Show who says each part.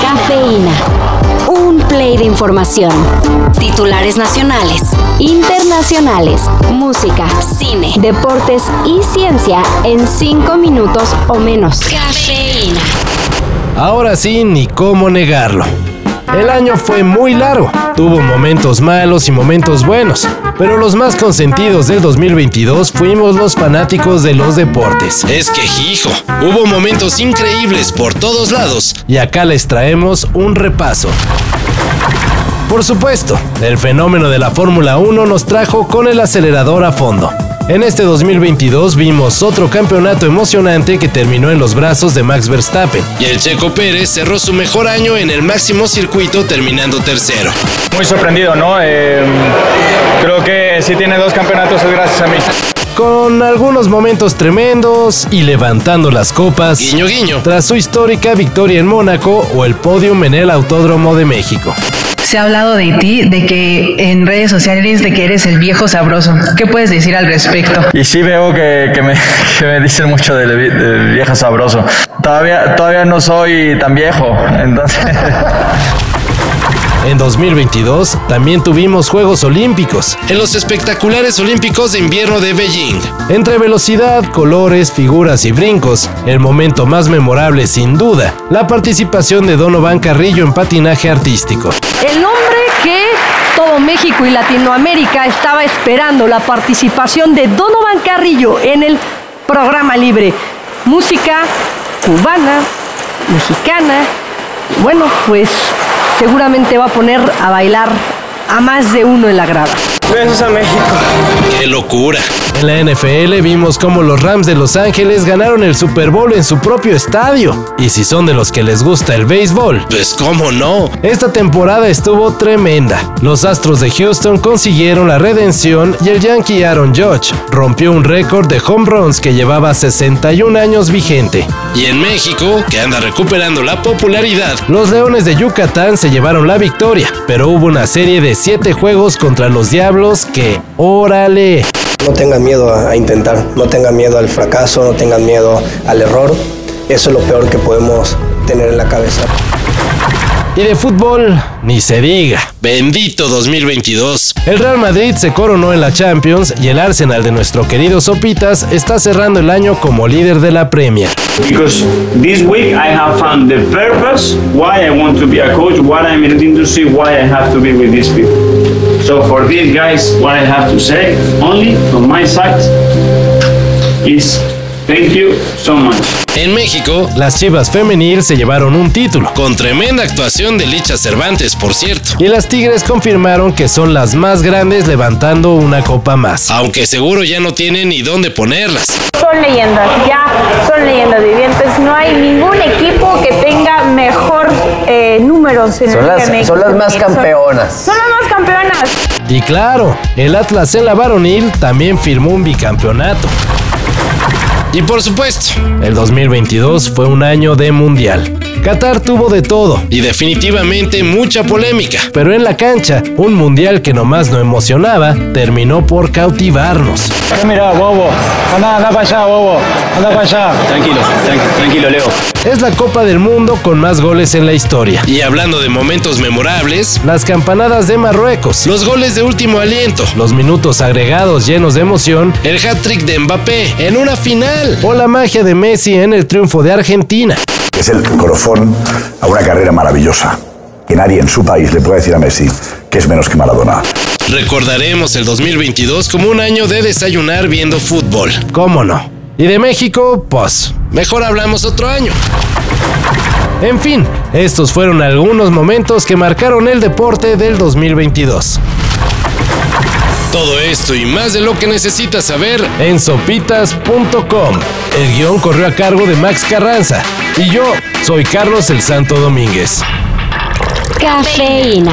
Speaker 1: Cafeína. Un play de información. Titulares nacionales, internacionales, música, cine, deportes y ciencia en cinco minutos o menos. Cafeína.
Speaker 2: Ahora sí, ni cómo negarlo. El año fue muy largo, tuvo momentos malos y momentos buenos, pero los más consentidos del 2022 fuimos los fanáticos de los deportes. Es que, hijo, hubo momentos increíbles por todos lados y acá les traemos un repaso. Por supuesto, el fenómeno de la Fórmula 1 nos trajo con el acelerador a fondo. En este 2022 vimos otro campeonato emocionante que terminó en los brazos de Max Verstappen. Y el Checo Pérez cerró su mejor año en el máximo circuito terminando tercero.
Speaker 3: Muy sorprendido, ¿no? Eh, creo que si tiene dos campeonatos es gracias a mí.
Speaker 2: Con algunos momentos tremendos y levantando las copas. Guiño, guiño. Tras su histórica victoria en Mónaco o el podium en el Autódromo de México.
Speaker 4: Se ha hablado de ti, de que en redes sociales de que eres el viejo sabroso. ¿Qué puedes decir al respecto?
Speaker 3: Y sí veo que, que, me, que me dicen mucho del, vi- del viejo sabroso. Todavía, todavía no soy tan viejo, entonces...
Speaker 2: En 2022 también tuvimos Juegos Olímpicos, en los espectaculares Olímpicos de invierno de Beijing. Entre velocidad, colores, figuras y brincos, el momento más memorable sin duda, la participación de Donovan Carrillo en patinaje artístico.
Speaker 5: El hombre que todo México y Latinoamérica estaba esperando la participación de Donovan Carrillo en el programa libre. Música cubana, mexicana. y Bueno, pues seguramente va a poner a bailar a más de uno en la grada.
Speaker 3: Besos a México.
Speaker 2: ¡Qué locura! En la NFL vimos cómo los Rams de Los Ángeles ganaron el Super Bowl en su propio estadio. Y si son de los que les gusta el béisbol, pues cómo no. Esta temporada estuvo tremenda. Los Astros de Houston consiguieron la redención y el Yankee Aaron Judge rompió un récord de home runs que llevaba 61 años vigente. Y en México, que anda recuperando la popularidad, los Leones de Yucatán se llevaron la victoria, pero hubo una serie de 7 juegos contra los Diablos que, órale,
Speaker 6: No tengan miedo a, a intentar, no tengan miedo al fracaso, no tengan miedo al error. Eso es lo peor que podemos tener en la cabeza.
Speaker 2: Y de fútbol, ni se diga. Bendito 2022. El Real Madrid se coronó en la Champions y el Arsenal de nuestro querido Sopitas está cerrando el año como líder de la Premier.
Speaker 7: because this week I have found the purpose why I want to be a coach, what I'm in the industry, why I have to be with these people. So for these guys, what I have to say only from my side is thank you so much.
Speaker 2: En México, las Chivas Femenil se llevaron un título. Con tremenda actuación de Licha Cervantes, por cierto. Y las Tigres confirmaron que son las más grandes levantando una copa más. Aunque seguro ya no tienen ni dónde ponerlas.
Speaker 8: son leyendas, ya son leyendas vivientes. No hay ningún equipo que tenga mejor eh, números en
Speaker 9: Son
Speaker 8: la Liga
Speaker 9: las,
Speaker 8: MX.
Speaker 9: son las más
Speaker 8: Son-
Speaker 9: campeonas.
Speaker 8: Son, las más campeonas.
Speaker 2: Y claro, el Atlas en la varonil también firmó un bicampeonato. Y por supuesto, el 2022 fue un año de mundial. Qatar tuvo de todo y definitivamente mucha polémica. Pero en la cancha, un mundial que nomás no emocionaba terminó por cautivarnos.
Speaker 3: Mira, bobo. Anda, anda para allá, bobo. Anda para allá. Tranquilo, tranquilo, Leo.
Speaker 2: Es la Copa del Mundo con más goles en la historia. Y hablando de momentos memorables, las campanadas de Marruecos, los goles de último aliento, los minutos agregados llenos de emoción, el hat-trick de Mbappé en una final o la magia de Messi en el triunfo de Argentina.
Speaker 10: Es el colofón a una carrera maravillosa. Que nadie en su país le puede decir a Messi que es menos que Maradona.
Speaker 2: Recordaremos el 2022 como un año de desayunar viendo fútbol. ¿Cómo no? Y de México, pues, mejor hablamos otro año. En fin, estos fueron algunos momentos que marcaron el deporte del 2022. Todo esto y más de lo que necesitas saber en sopitas.com. El guión corrió a cargo de Max Carranza y yo soy Carlos el Santo Domínguez.
Speaker 1: Cafeína.